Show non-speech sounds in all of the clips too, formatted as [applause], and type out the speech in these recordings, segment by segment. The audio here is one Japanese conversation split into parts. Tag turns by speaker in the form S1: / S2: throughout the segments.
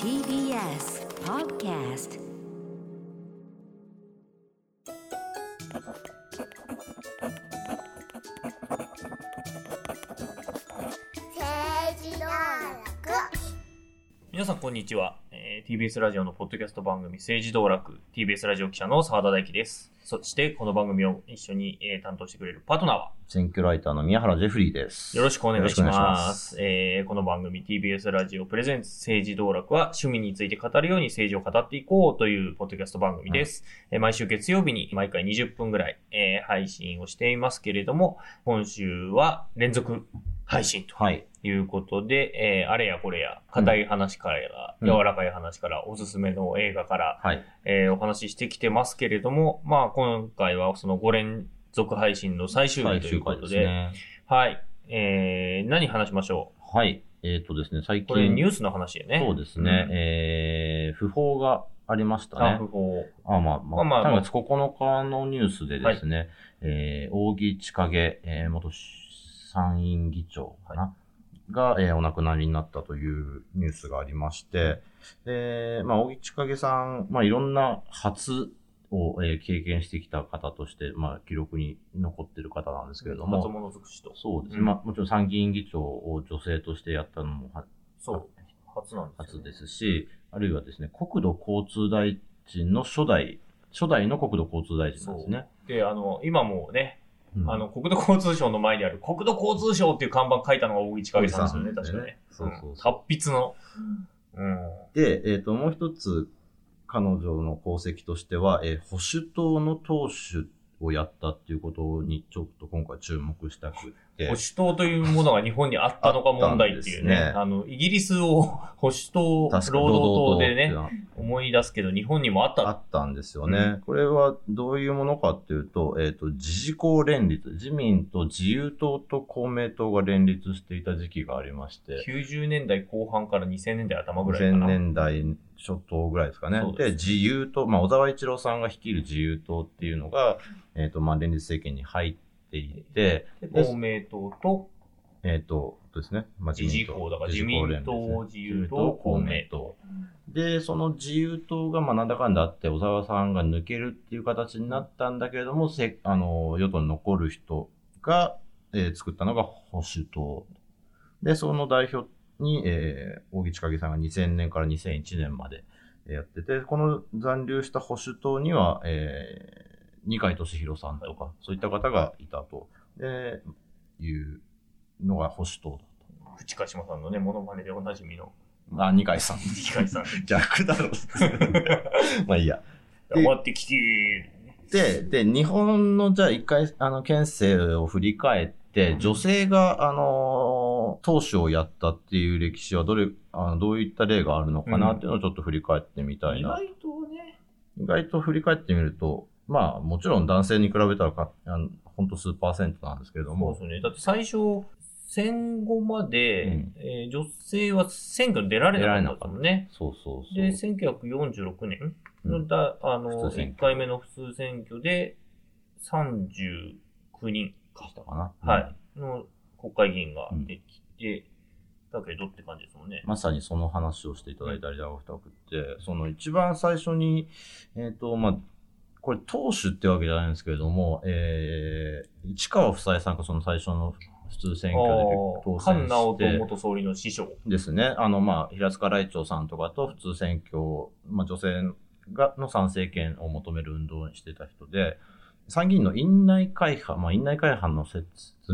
S1: TBS Podcast
S2: 政治能力
S3: 皆さん、こんにちは、えー TBS ラジオのポッドキャスト番組、政治道楽、TBS ラジオ記者の澤田大樹です。そして、この番組を一緒に、えー担当してくれるパートナーは、
S4: 選挙ライターの宮原ジェフリーです。
S3: よろしくお願いし
S4: よろくお願
S3: ま
S4: いし
S3: す。えーこの番組、TBS ラジオプレゼンツ、政治道楽は、趣味について語るように政治を語っていこうというポッドキャスト番組です。えー毎週月曜日に毎回20分ぐらい、えー配信をしていますけれども、今週は連続配信と
S4: はい。
S3: いうことで、えーあれやこれや、硬い話から、
S4: うん
S3: 柔らかい話から、おすすめの映画から、
S4: はい。
S3: えーお話ししてきてますけれども、まあ今回はその5連続配信の最終日
S4: 最
S3: という
S4: 終
S3: こ
S4: 回で
S3: と
S4: す
S3: で、
S4: ね。
S3: はい。えー、何話しましょ
S4: はい。えっ、とですね、最
S3: うこれ
S4: 近、
S3: ニュースの話でね。
S4: そうですね、
S3: うん
S4: えー、不法がありました
S3: あ
S4: ね
S3: 不。法。
S4: あ、まあ、まあ、
S3: まあまあ
S4: 3月9日のニュースでですね、えー、扇千景、えー、元参院議長かな、が、えーお亡くなりになったというニュースがありまして、で、まあ、扇千景さん、まあ、いろんな初を、えー経験してきた方として、まあ、記録に残ってる方なんですけれども、
S3: 松物尽くしと。
S4: そうですね。
S3: うん
S4: まあ、もちろん参議院議長を女性としてやったのもは
S3: そう。初なんです、。
S4: 初ですすし、あるいはですね、国土交通大臣の初代、初代の国土交通大臣なんですね。
S3: で、あの、今もうね、
S4: うん
S3: あの、国土交通省の前にある、国土交通省っていう看板書いたのが大市影さんですよね、
S4: 大木
S3: 確
S4: さん
S3: かね。
S4: そうそうそうん
S3: 達筆の。うん。
S4: で、えっ、と、もう一つ、彼女の功績としては、えー保守党の党首をやったっていうことに、ちょっと今回注目したくて。
S3: 保守党というものが日本にあったのか問題っていうね。
S4: あったんですね
S3: あの、イギリスを [laughs] 保守党、労
S4: 確か
S3: 働党でね
S4: 労、働党っていうの
S3: 思い出すけど、日本にもあっ
S4: はあ
S3: た。
S4: ったんですよね。これはどういうものかっていうと、えっ、と、自治公連立、自民と自由党と公明党が連立していた時期がありまして。
S3: 90年代後半から2000年代頭ぐらいか
S4: 2000
S3: な。
S4: 年代初頭ぐらいですかね
S3: そう。で
S4: です自由党、まあ、小沢一郎さんが率いる自由党っていうのが、えっ、と、まあ、連立政権に入っていて、
S3: で公明党と
S4: えっ、と、そうですね。まあ、
S3: 自治公だから自民党、自由党、公明党。
S4: で、その自由党が、まあ、なんだかんだあって、小沢さんが抜けるっていう形になったんだけれども、せあの、与党に残る人が、えー作ったのが保守党。で、その代表に、えー、大木千景さんが2000年から2001年までえーやってて、この残留した保守党には、えー、二階俊博さんとか、そういった方がいたと。で、いうのが保守党だっ
S3: 淵川島さんのね、モノマネでおなじみ
S4: [laughs]
S3: の
S4: た。あ、二階さん。
S3: 淵川さん。
S4: 逆だろ。 [laughs] まあいいや。
S3: 黙ってきて
S4: で、で、日本のじゃあ一回、あの、県政を振り返って、女性が、あのー、当主をやったっていう歴史はどれ、あのどういった例があるのかなっていうのをちょっと振り返ってみたい
S3: 意
S4: な。
S3: 外とね、
S4: 意外と振り返ってみると、まあ、もちろん男性に比べたらか、あのほんと数パーセントなんですけれど
S3: そう
S4: も
S3: で、すね。だって最初、戦後まで、
S4: うん
S3: えー女性は選挙に出られなかったんですもんね。
S4: そうそうそう。
S3: で、1946年
S4: う
S3: の
S4: ん
S3: だ、あの、
S4: 普通選
S3: 1
S4: 挙
S3: 回目の普通選挙で、39人
S4: でしたかな。
S3: はいの国会議員ができて、だけどって感じですもんね。
S4: まさにその話をしていただいたりだがたくって、その一番最初に、えっ、と、まあ、これ党首ってわけじゃないんですけれども、えー、市川夫妻さんがその最初の普通選挙で当
S3: 菅
S4: 選
S3: 直
S4: し
S3: 人
S4: て、
S3: 元総理の師匠。
S4: ですね、あの、まあ、平塚来長さんとかと普通選挙を、まあ、女性が、の参政権を求める運動をしてた人で、参議院の院内会派、まあ、院内会派の説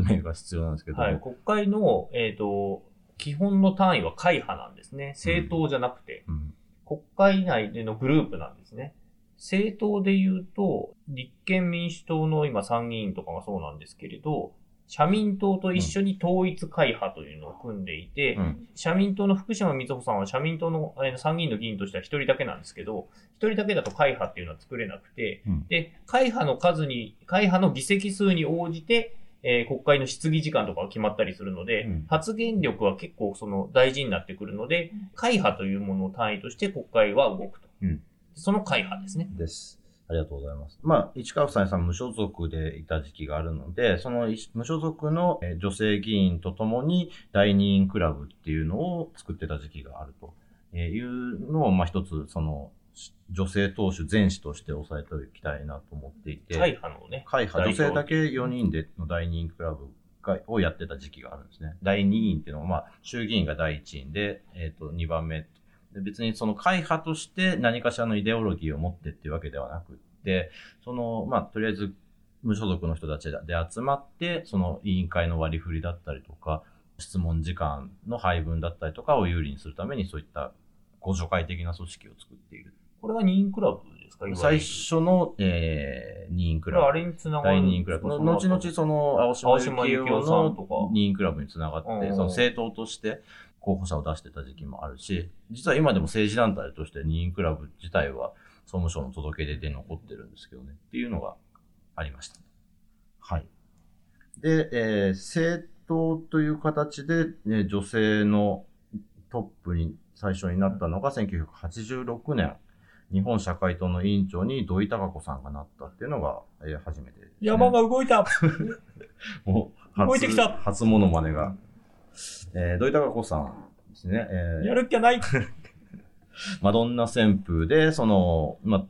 S4: 明が必要なんですけど、
S3: はい。国会の、えっ、と、基本の単位は会派なんですね。政党じゃなくて、
S4: うん、
S3: 国会内でのグループなんですね。政党で言うと、立憲民主党の今参議院とかがそうなんですけれど、社民党と一緒に統一会派というのを組んでいて、
S4: うん
S3: 社民党の福島みずほさんは社民党のえー参議院の議員としては一人だけなんですけど、一人だけだと会派っていうのは作れなくて、
S4: うん
S3: で、会派の数に、会派の議席数に応じて、えー国会の質疑時間とかが決まったりするので、
S4: うん
S3: 発言力は結構その大事になってくるので、会派というものを単位として国会は動くと。
S4: うん
S3: その会派ですね。
S4: です。ありがとうございます。まあ、市川房枝さん無所属でいた時期があるので、その一無所属のえー女性議員とともに第二員クラブっていうのを作ってた時期があるとえーいうのを、まあ一つ、その、し女性党首全史として押さえておきたいなと思っていて、
S3: 会派のね、
S4: 会派、
S3: 代
S4: 女
S3: 表
S4: 性だけ4人での第二員クラブがをやってた時期があるんですね。第二員っていうのは、まあ、衆議院が第一員で、えっ、と、2番目。で別にその会派として何かしらのイデオロギーを持ってっていうわけではなくって、その、まあ、とりあえず無所属の人たちで集まって、その委員会の割り振りだったりとか、質問時間の配分だったりとかを有利にするためにそういった互助会的な組織を作っている。
S3: これが任意クラブですかいわゆる
S4: 最初の、えー、任員ク
S3: こ
S4: ラ
S3: れ
S4: ブ
S3: はあ。れにつながる
S4: 第
S3: ん
S4: 二
S3: で
S4: クラ
S3: す
S4: ブ。
S3: か
S4: の後々その青
S3: 青
S4: 島
S3: 島
S4: 幸
S3: 幸
S4: 男
S3: 男さんとか
S4: の任意クラブにつながって、
S3: うん
S4: その政党として候補者を出してた時期もあるし、実は今でも政治団体として任意クラブ自体は総務省の届け出で残ってるんですけどね、っていうのがありました。はい。で、えー政党という形で、ね、女性のトップに最初になったのが1986年。日本社会党の委員長に土井孝子さんがなったっていうのが、えー初めてですね、
S3: 山が動いた
S4: もう
S3: 動いてきた
S4: 初モノマネが。えー、土井孝子さんですね。えー
S3: やるっきゃない
S4: マドンナ旋風で、その、ま、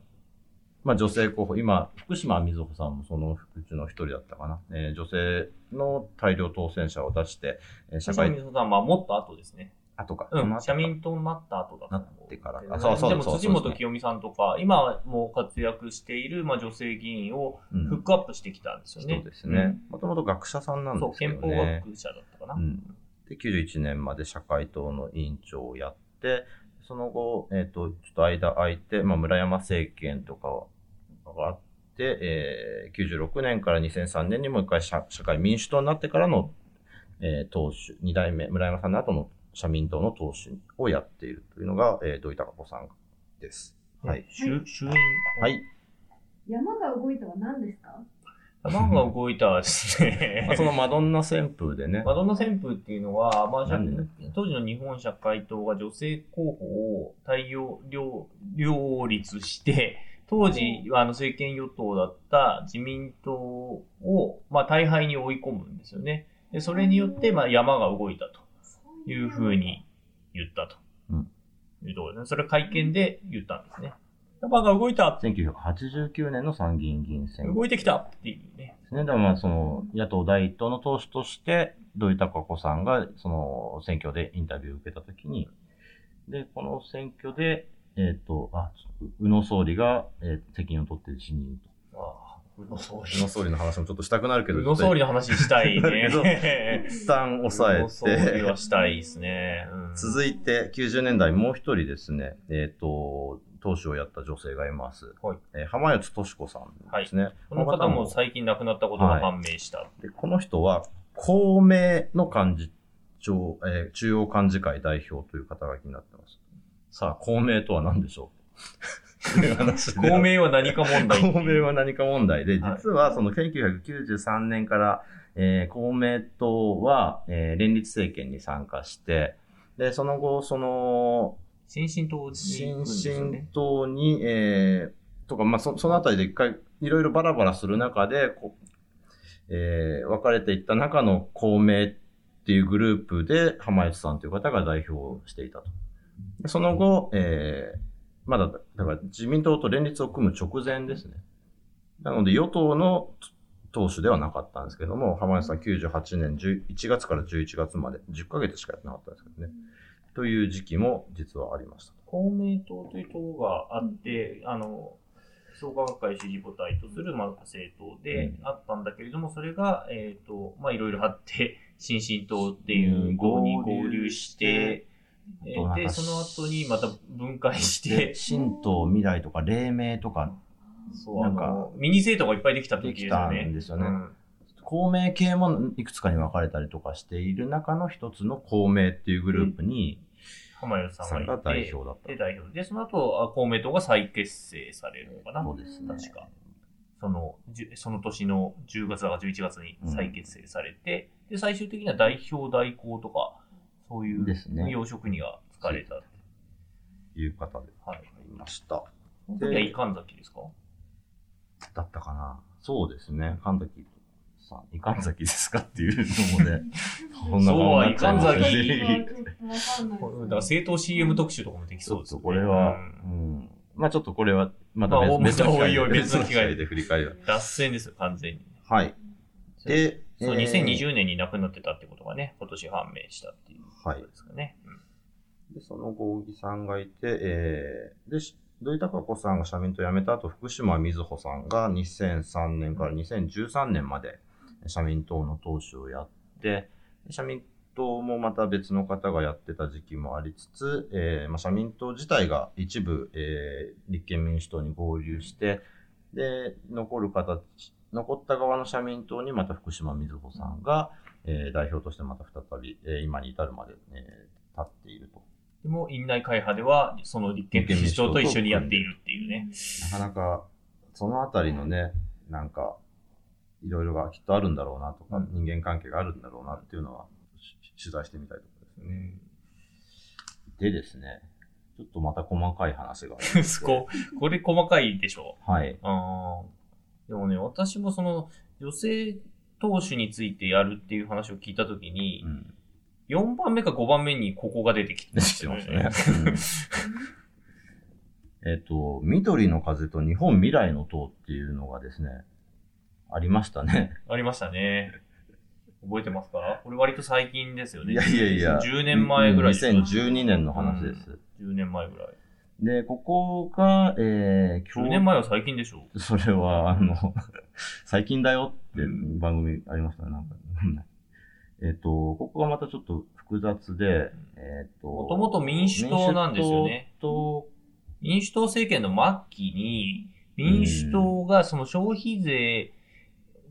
S4: まあ、女性候補、今、福島みずほさんもそのうちの一人だったかな。えー女性の大量当選者を出して、えー社
S3: 社会
S4: 会、
S3: 民党さんはもっと後ですね。
S4: あとか、
S3: う
S4: その
S3: ん、
S4: 後か
S3: 社民党になった後だと思う
S4: なってから
S3: で
S4: あそうそう
S3: でも
S4: そう
S3: 辻元清美さんとか、今もう活躍している、まあ、女性議員を
S4: うん
S3: フックアップしてきたんですよね。
S4: そうですね。もともと学者さんなん
S3: そ
S4: で
S3: う、
S4: すけど
S3: 憲
S4: ね。
S3: 法学者だったかな。
S4: うん、で91年まで社会党の委員長をやってその後、えー、とちょっと間空いて、まあ、村山政権とかがあって、えー96年から2003年にもう一回社社会民主党になってからの、えー党首2代目村山さんの後の社民党の党首をやっているというのが、えー、土井孝子さんです。はい、
S3: 衆衆院。
S4: はい
S5: 山が動いたは何ですか
S3: 山が動いたはですね
S4: [laughs]
S3: [laughs]
S4: まあ、。そのマドンナ旋風でね、
S3: マドンナ旋風っていうのは、まあ、社
S4: なんでだっけ
S3: 当時の日本社会党が女性候補を大量両両立 [laughs] して、当時、あの政権与党だった自民党を、まあ、大敗に追い込むんですよね。でそれによって、まあ、山が動いたというふうに言ったと
S4: うん
S3: いうところですね。それ会見で言ったんですね。山が動いた
S4: 1989年の参議院議員選挙
S3: 動いてきたっていうね。
S4: ですね。だからまあその野党第一党の党首として、土井孝子さんがその選挙でインタビューを受けたときに、で、この選挙で、えっ、と、あ、宇野総理が、えー責任を取って辞任と。
S3: ああ、宇野総
S4: 宇野総理の話もちょっとしたくなるけど、
S3: 宇野総理
S4: ち
S3: の話した
S4: [laughs]
S3: い
S4: だけど
S3: ね。 [laughs]
S4: ょっと一旦抑
S3: そう
S4: え
S3: いう
S4: て、
S3: はしたいですね。うん
S4: 続いて90年代もう一人ですね、えっ、と、党首をやった女性がいます。
S3: はい
S4: えー浜内敏子さんですね。
S3: この方も最近亡くなったことが判明した。
S4: で、この人は、公明の幹事長、えー中央幹事会代表という肩書きになってます。さあ、公明とは何でしょ
S3: [laughs]
S4: うっていう話で
S3: 公明は何か問題。
S4: 公明は何か問題で、
S3: はい
S4: 実はその1993年から、えー公明党は、えー連立政権に参加して、で、その後、その、
S3: 新進党に行くん
S4: 新
S3: ですよ
S4: 進
S3: ね。
S4: 党に、えーとか、まあ、そそのあたりで一回、いろいろバラバラする中で、こうえー分かれていった中の公明っていうグループで、浜内さんという方が代表をしていたと。でその後、えーまだ、だから自民党と連立を組む直前ですね。なので、与党の党首ではなかったんですけども、浜内さん98年11月から11月まで、10ヶ月しかやってなかったんですけどね。という時期も実はありました。
S3: 公明党という党があって、あの、創価学会支持母体とする、まあ、政党であったんだけれども、それが、えっ、と、まあ、いろいろあって、新進党っていう党に合流して、えーで、その後にまた分解して、
S4: 神道未来とか黎明とか
S3: そう、
S4: な
S3: あ
S4: んか
S3: の、ミニ政党がいっぱいできた時
S4: で
S3: です
S4: き
S3: よ
S4: た
S3: ね。
S4: んですよ
S3: う
S4: ね。
S3: ん
S4: 公明系もいくつかに分かれたりとかしている中の一つの公明っていうグループに、
S3: 浜谷さ
S4: さん
S3: ん
S4: が
S3: がい
S4: 代
S3: て、
S4: 表だった
S3: で、。代表。で、その後、あ公明党が再結成されるのかな。
S4: そうですね
S3: 確か。その、じゅその年の10月だか11月に再結成されて、で、最終的には代表代行とか、そういう
S4: ですね
S3: 要職には疲れた。
S4: いう方で
S3: はい。
S4: いました。
S3: その時は伊神崎ですか
S4: だったかな。そうですね。神崎さん、いかんざきですかっていうのもね、そんな
S3: そうは
S4: 感
S3: い
S4: じに
S3: かん
S4: な
S3: ざ
S4: っ
S3: き
S4: ちゃいますね。
S3: これだから政党 CM 特集とかもでき
S4: ち
S3: そう
S4: ょ
S3: で
S4: っ
S3: す
S4: と
S3: ね。
S4: これは
S3: う、
S4: うんん。まあちょっとこれは、また
S3: まあ
S4: 別別の機
S3: おいお
S4: 会
S3: い
S4: で
S3: 別の機会で
S4: 別で振り返りは。
S3: 脱線ですよ、完全に。
S4: はい。で、
S3: そう、
S4: えー
S3: 2020年に亡くなってたってことがね、今年判明したっていうこ
S4: はい
S3: と。ですかね。うん
S4: で、その後、小木さんがいて、えー、で、し土井孝子さんが社民党を辞めた後、福島みずほさんが2003年から2013年まで社民党の党首をやって、社民党もまた別の方がやってた時期もありつつ、えーまあ、社民党自体が一部、えー立憲民主党に合流して、で、残る形、残った側の社民党にまた福島みずほさんが、えー代表としてまた再び、えー今に至るまで、えー立っていると。
S3: でも、院内会派では、その立憲民主党と一緒にやっているっていうね。
S4: なかなか、そのあたりのね、なんか、いろいろがきっとあるんだろうなとか、
S3: うん
S4: 人間関係があるんだろうなっていうのは、し取材してみたいところですね。でですね、ちょっとまた細かい話があり [laughs] まし
S3: [laughs]
S4: て
S3: ここれ細かいでしょ
S4: はい。
S3: あーでもね、私もその、女性党首についてやるっていう話を聞いたときに、
S4: うん。 [laughs]
S3: 4番目か5番目にここが出てきて
S4: 出てきてました [laughs] ね。うんえっと、緑の風と日本未来の党っていうのがですね、ありましたね。
S3: ありましたね。覚えてますかこれ割と最近ですよね。
S4: いやいやいや。
S3: 10年前ぐらいですね
S4: 2012年の話です。
S3: 10年前ぐらい。
S4: で、ここが、えー、
S3: 10年前は最近でしょ
S4: [laughs] それは、あの、最近だよって
S3: うん
S4: 番組ありましたね、なんか。えっと、ここがまたちょっと複雑で、えっと、も
S3: ともと民主党なんですよね。
S4: と、
S3: 民主党政権の末期に、民主党がその消費税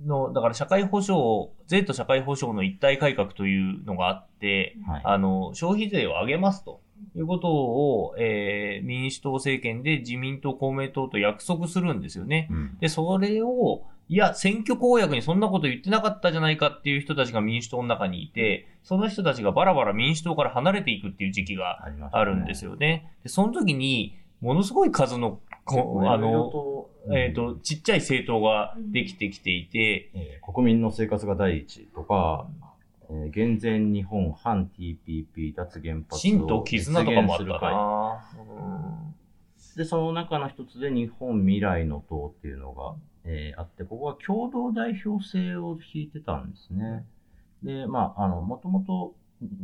S3: の、だから社会保障、税と社会保障の一体改革というのがあって、
S4: はい。
S3: あの、消費税を上げますということを、えー民主党政権で自民党、公明党と約束するんですよね。
S4: うん
S3: で、それを、いや、選挙公約にそんなこと言ってなかったじゃないかっていう人たちが民主党の中にいて、その人たちがバラバラ民主党から離れていくっていう時期が
S4: ありましたね
S3: あるんですよね。で、その時に、ものすごい数の、こうあ
S4: いろいろ
S3: の、
S4: とうん
S3: えっ、と、ちっちゃい政党ができてきていて、
S4: えー国民の生活が第一とか、えー減税日本、反 TPP、脱原発を
S3: 新党絆とかもあった
S4: 実現する会
S3: な
S4: で、その中の一つで日本未来の党っていうのが、えーあって、ここは共同代表制を引いてたんですね。で、まあ、あの、もともと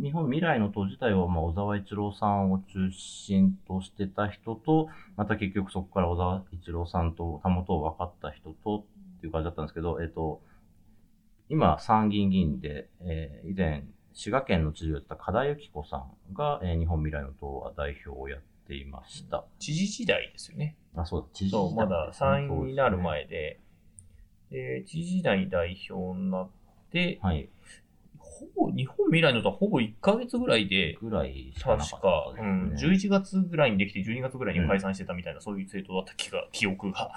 S4: 日本未来の党自体は、まあ、小沢一郎さんを中心としてた人と、また結局そこから小沢一郎さんとたもとを分かった人とっていう感じだったんですけど、えっ、と、今、参議院議員で、えー以前、滋賀県の知事をやってた加田幸子さんが、えー日本未来の党は代表をやっていました。
S3: 知事時代ですよね。
S4: あ、そうだ、知事
S3: そう、
S4: 時代
S3: まだ参院になる。前で、で、知事時代に代表になって、
S4: はい。
S3: ほぼ、日本未来のとはほぼ1ヶ月ぐらいで、
S4: ぐらいしかな
S3: 確
S4: かっ
S3: か、
S4: た
S3: う
S4: ですね
S3: ん、11月ぐらいにできて、12月ぐらいに解散してたみたいな、そういう政党だった気が、記憶が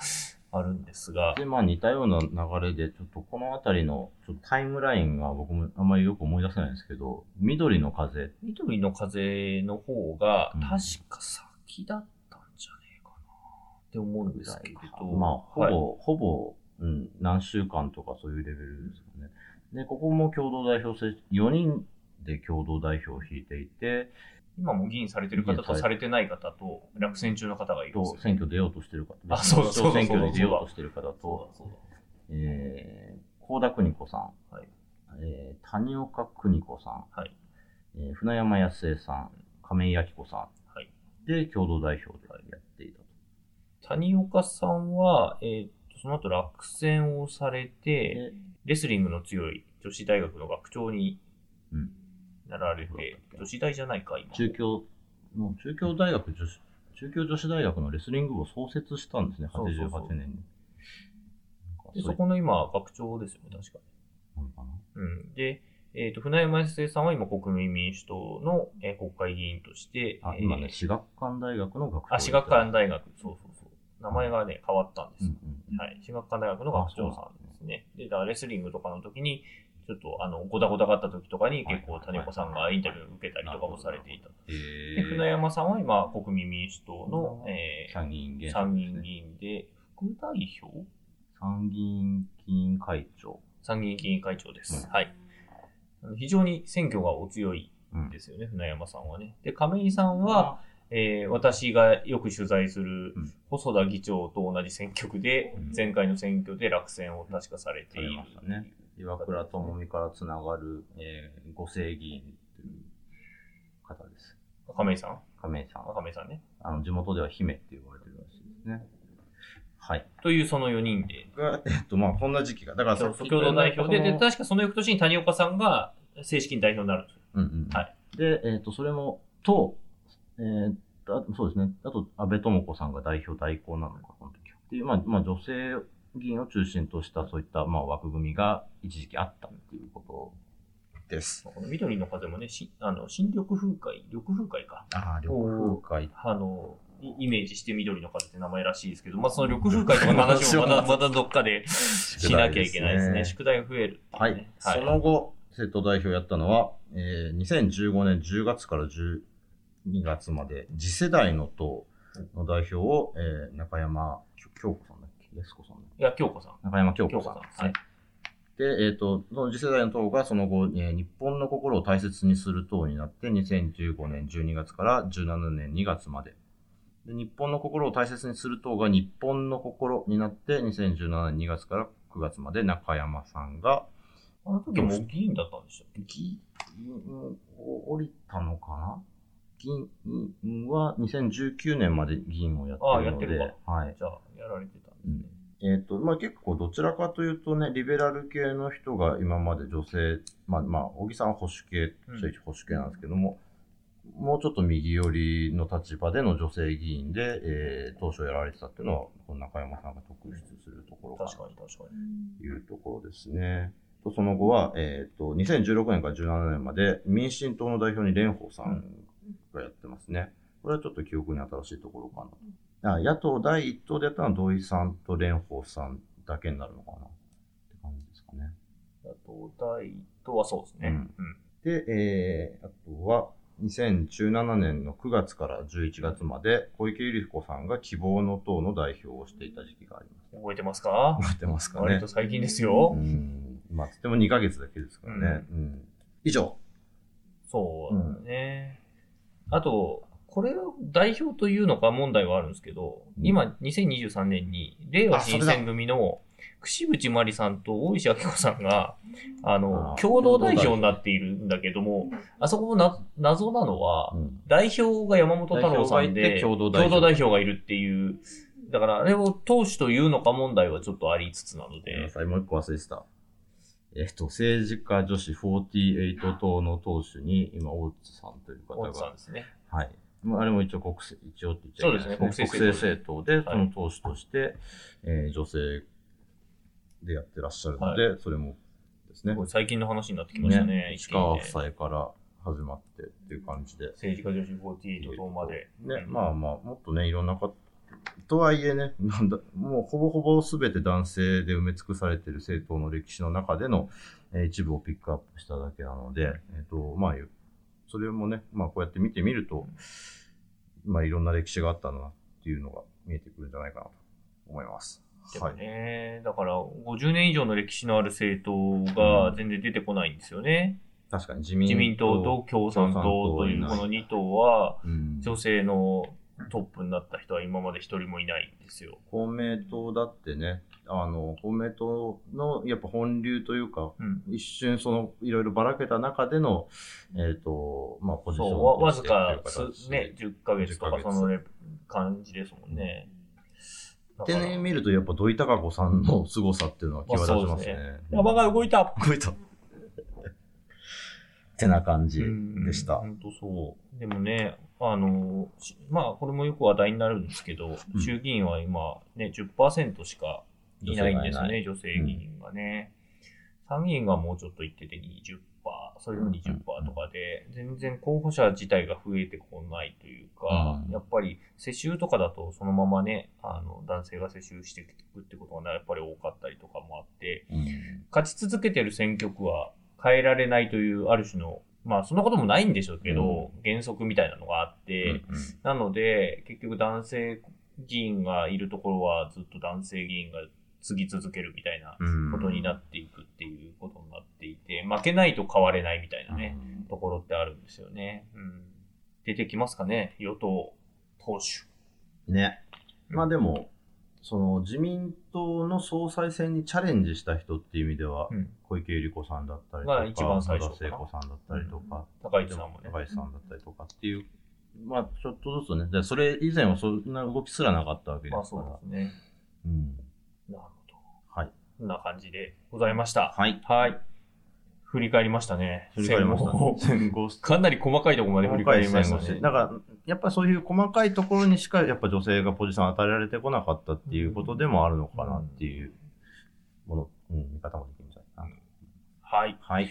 S3: あるんですが、
S4: で、まあ似たような流れで、ちょっとこのあたりのちょっとタイムラインが僕もあんまりよく思い出せないんですけど、緑の風、
S3: 緑の風の方が、
S4: うん
S3: 確か先だったんじゃねえかなって思うんですけれど。
S4: まあほぼ、
S3: はい
S4: ほぼ、うん、何週間とかそういうレベルですかね。で、ここも共同代表制、4人で共同代表を引いていて、
S3: 今も議員されてる方とされてない方と、落選中の方がいるんです
S4: と
S3: よ
S4: 選挙出ようとしてる方、
S3: あそうだそうだ
S4: 選挙
S3: そう
S4: で
S3: だ
S4: 出ようとしてる方
S3: そ
S4: と、
S3: うだそうだ。
S4: えー、高田邦子さん、
S3: はい
S4: えー谷岡邦子さん、
S3: はい
S4: えー船山康江さん、亀井明子さん、
S3: はい
S4: で共同代表でやっていたと。
S3: 谷岡さんは、えーっと、その後落選をされて、
S4: で
S3: レスリングの強い女子大学の学長に
S4: うん
S3: なられ
S4: そうだ
S3: て
S4: ったっ、け
S3: 女子大じゃないか、今。
S4: 中京の中京大学女子中京女子大学のレスリング部を創設したんですね、
S3: そうそうそう
S4: 88年に。
S3: で、
S4: な
S3: そ
S4: んか
S3: この今、学長ですよね、確か
S4: そういうのかな
S3: うん。で、えっ、と、船山康生さんは今、国民民主党の、えー国会議員として、
S4: あ
S3: えー
S4: 今ね、私学館大学の学長。
S3: あ、私学館大学、そうそうそう。名前がね、変わったんです
S4: うんう
S3: よ。
S4: ん
S3: はい。私学館大学の学長さんですね。で、だからレスリングとかの時に、ちょっと、あの、ごたごたがあった時とかに、結構、
S4: はい
S3: 谷子さんがインタビューを受けたりとかもされていた。
S4: えー
S3: で、船山さんは今、国民民主党の、えー
S4: 参議院現職
S3: 参議院議員で、副代表
S4: 参議院議員会長。
S3: 参議院議員会長です。
S4: う
S3: はい。あの非常に選挙がお強い
S4: うん
S3: んですよね、船山さんはね。で、亀井さんは、えー私がよく取材する
S4: うん
S3: 細田議長と同じ選挙区で
S4: うん、
S3: 前回の選挙で落選を確かされてい
S4: され
S3: る
S4: ましたね岩倉智美からつながる、えー、ご正議員という方です。
S3: 亀井さん
S4: 亀井さんは。
S3: 亀井さんね。
S4: あの、地元では姫って呼ばれてるらしいですね。はい。
S3: というその4人で、
S4: が、えっと、まあ、こんな時期が。だからさっき
S3: 共同代表で、
S4: 言
S3: で、
S4: った
S3: 確かその翌年に谷岡さんが正式に代表になるんですよ。
S4: うんうん。
S3: は
S4: で、えっと、それも、と、えー、あそうですね。あと、安倍智子さんが代表代行なのか、この時は。っていう、まあ、まあ、女性議員を中心とした、そういった、まあ、枠組みが一時期あったっていうことです。
S3: この緑の風もね、しあの新緑風会、緑風会か。
S4: ああ、旅行会
S3: あの、イイメージして緑の風って名前らしいですけど、まあその緑風会とかの話もま
S4: 話 [laughs]
S3: だ、
S4: を
S3: まだどっかでしなきゃいけないですね。宿題が増えるってうね、
S4: はい、その後、瀬戸代表やったのは、えー2015年10月から12月まで、次世代の党の代表を、えー中山きょ京子さんだっけ安子さんだっけ
S3: いや、京子さん。
S4: 中山京子
S3: 京子
S4: さ
S3: さ
S4: ん。
S3: ん。
S4: はい。で、えっ、と、その次世代の党がその後、えー日本の心を大切にする党になって、2015年12月から17年2月まで。で、日本の心を大切にする党が日本の心になって、2017年2月から9月まで中山さんが、
S3: あの時もう議員だったんでしたっけ
S4: 議員を降りたのかな議員は2019年まで議員をや
S3: ああ
S4: って
S3: や
S4: るの
S3: っ
S4: で
S3: てる、
S4: はい。
S3: じゃあ、やられてたんで
S4: う
S3: すね
S4: ん。えっ、と、まあ結構どちらかというとね、リベラル系の人が今まで女性、まあまあ、小木さんは保守系、
S3: うん
S4: ちょいちょい保守系なんですけども、もうちょっと右寄りの立場での女性議員で、えー、当初やられてたっていうのは、この中山さんが特筆するところかな
S3: 確かに確かに。
S4: というところですね。とその後は、えっ、と、2016年から17年まで民進党の代表に蓮舫さんがやってますね。これはちょっと記憶に新しいところかな。あ野党第一党でやったのは土井さんと蓮舫さんだけになるのかなって感じですかね。
S3: あと、大とはそうですね。
S4: う
S3: うんん。
S4: で、えー、あとは、2017年の9月から11月まで、小池百合子さんが希望の党の代表をしていた時期があります。
S3: 覚えてますか
S4: 覚えてますかね
S3: 割と最近ですよ。
S4: うん。まあ、つっても2ヶ月だけですからね。うん、以上。
S3: そうだね。あと、これを代表というのか問題はあるんですけど、
S4: うん
S3: 今、2023年に、令和新選組の櫛渕真理さんと大石明子さんが、あの
S4: あ、ー
S3: 共同代表になっているんだけども、あそこもな謎なのは、
S4: うん
S3: 代表が山本太郎さんで、
S4: 代表がいて共同代
S3: 共同
S4: 表
S3: 代表がいるっていう、だからあれを党首というのか問題はちょっとありつつなの
S4: ごめんな
S3: で、
S4: さい、もう一個忘れてた。えっと、政治家女子48党の党首に、今、大津さんという方
S3: 大津さん
S4: が
S3: で。すね。
S4: はい。まああれも一応国政、一応って言っちゃいけない
S3: そうですね国
S4: 国政
S3: 政
S4: 政党で、そ
S3: はい
S4: の党首として、えー女性でやってらっしゃるので、それもですね
S3: こ。れ最近の話になってきましたね。一
S4: 石
S3: 気にね
S4: 川夫妻から始まってっていう感じで。
S3: 政治家女子48党まで。
S4: ね、
S3: うん
S4: まあまあ、もっとね、いろんな方、とはいえね、なんだ、もうほぼほぼ全て男性で埋め尽くされている政党の歴史の中での、えー一部をピックアップしただけなので、えっ、と、まあ、それもね、まあこうやって見てみると、まあいろんな歴史があったんだなっていうのが見えてくるんじゃないかなと思います。
S3: で
S4: は
S3: も
S4: い。
S3: ね、だから50年以上の歴史のある政党が全然出てこないんですよね。
S4: 確かに自民
S3: 自民党と共産党というこの2党は、
S4: うん
S3: 女性のトップになった人は今まで一人もいないんですよ。
S4: 公明党だってね、あの、公明党のやっぱ本流というか、
S3: うん。
S4: 一瞬そのいろいろばらけた中での、えっ、と、まあ、ポジション
S3: そう、わわずか
S4: として
S3: 数ね、10ヶ月とか
S4: 10ヶ
S3: そ
S4: 月
S3: のね感じですもんね。だ
S4: で
S3: から
S4: ね、見るとやっぱ土井高子さんの凄さっていうのは際立ちますね。
S3: 山が動いた
S4: 動いた。ってな感じでした。
S3: 本当そう。でもね、あの、しまあ、これもよく話題になるんですけど、
S4: うん
S3: 衆議院は今、ね、10%しかいないんですよね、女性
S4: い
S3: 議員がね。参議院がもうちょっといってて20%、それでも20%とかで、全然候補者自体が増えてこないというか、
S4: うん
S3: やっぱり世襲とかだとそのままね、あの、男性が世襲していくってことがやっぱり多かったりとかもあって、
S4: うん
S3: 勝ち続けてる選挙区は変えられないというある種の、まあそんなこともないんでしょうけど、原則みたいなのがあって、なので結局男性議員がいるところはずっと男性議員が継ぎ続けるみたいな
S4: うん
S3: ことになっていくっていうことになっていて、負けないと変われないみたいなね、ところってあるんですよね。うん、出てきますかね、与党党首。
S4: ね。まあでも、その自民党の総裁選にチャレンジした人っていう意味では、
S3: うん、
S4: 小池百合子さんだったりと
S3: が
S4: か、
S3: 一番最初か
S4: 野
S3: な
S4: 田聖子さんだったりとか、
S3: 高市さんもね。
S4: 高市さんだったりとかっていう、まあちょっとずつね、でそれ以前はそんな動きすらなかったわけで
S3: まあ
S4: すか
S3: そ
S4: ら、
S3: うですね。
S4: うん、
S3: なるほど。
S4: はい。
S3: こんな感じでございました。
S4: はい。
S3: はい。振り返りましたね。
S4: 振り返りました
S3: 戦後 [laughs]
S4: ね。戦後
S3: かなり細かいところまで振り返りましたね。
S4: だから、やっぱりそういう細かいところにしか、やっぱ女性がポジション与えられてこなかったっていうことでもあるのかなっていうもの、うん、見方もできるんじゃないか
S3: はい。
S4: な。はい。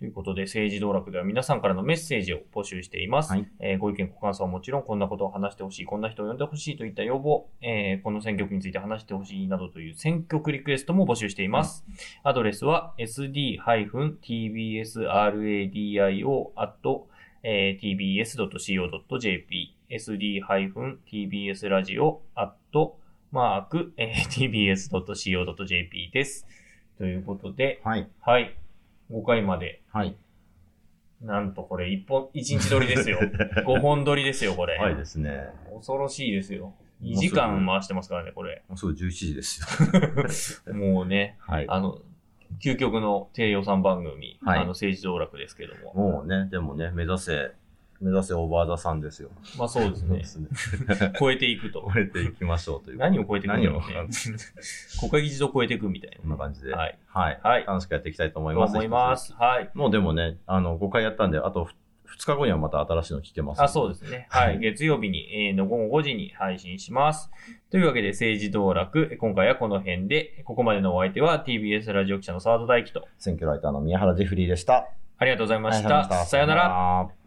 S3: ということで、政治道楽では皆さんからのメッセージを募集しています。
S4: はい
S3: えーご意見、ご感想はもちろん、こんなことを話してほしい、こんな人を呼んでほしいといった要望、えーこの選挙区について話してほしいなどという選挙区リクエストも募集しています。アドレスは sd-tbsradio@ えー tbs.co.jp、sd-tbsradio@ マーク、えー tbs.co.jp です。ということで、
S4: はい。
S3: はい。5回まで
S4: はい。
S3: なんとこれ一本、一日撮り
S4: [laughs]
S3: ですよ。5本撮りですよ、これ。
S4: はいですね。
S3: 恐ろしいですよ。
S4: もうすぐ
S3: 2時間回してますからね、こ
S4: [laughs]
S3: れ。
S4: もうすぐ11時ですよ。
S3: もうね、
S4: はい。
S3: あの、究極の低予算番組、
S4: はい
S3: あの政治道楽ですけども。
S4: もうね、でもね、目指せ、目指せオーバーザさんですよ。
S3: まあそうですね。
S4: ね。 [laughs]
S3: 超えていくと。
S4: 超えていきましょうという。
S3: 何を超えていくんだろう
S4: 何を
S3: ね。国会議事堂超えていくみたい
S4: こんな感じで。
S3: な。はい。
S4: はい。
S3: はい
S4: 楽しくやっていきたいと思い
S3: と
S4: ます。
S3: 思います。はい。
S4: もうでもね、あの、5回やったんで、あと2日後にはまた新しいの聞けます。
S3: あ、そうですね。はい。月曜日に、えーの午後5時に配信します。というわけで、政治道楽、今回はこの辺で、ここまでのお相手は TBS ラジオ記者の沢田大樹と、
S4: 選挙ライターの宮原ジェフリーでした。
S3: ありがとうございまし
S4: ありがとうござい
S3: た。さよなら。
S4: ら。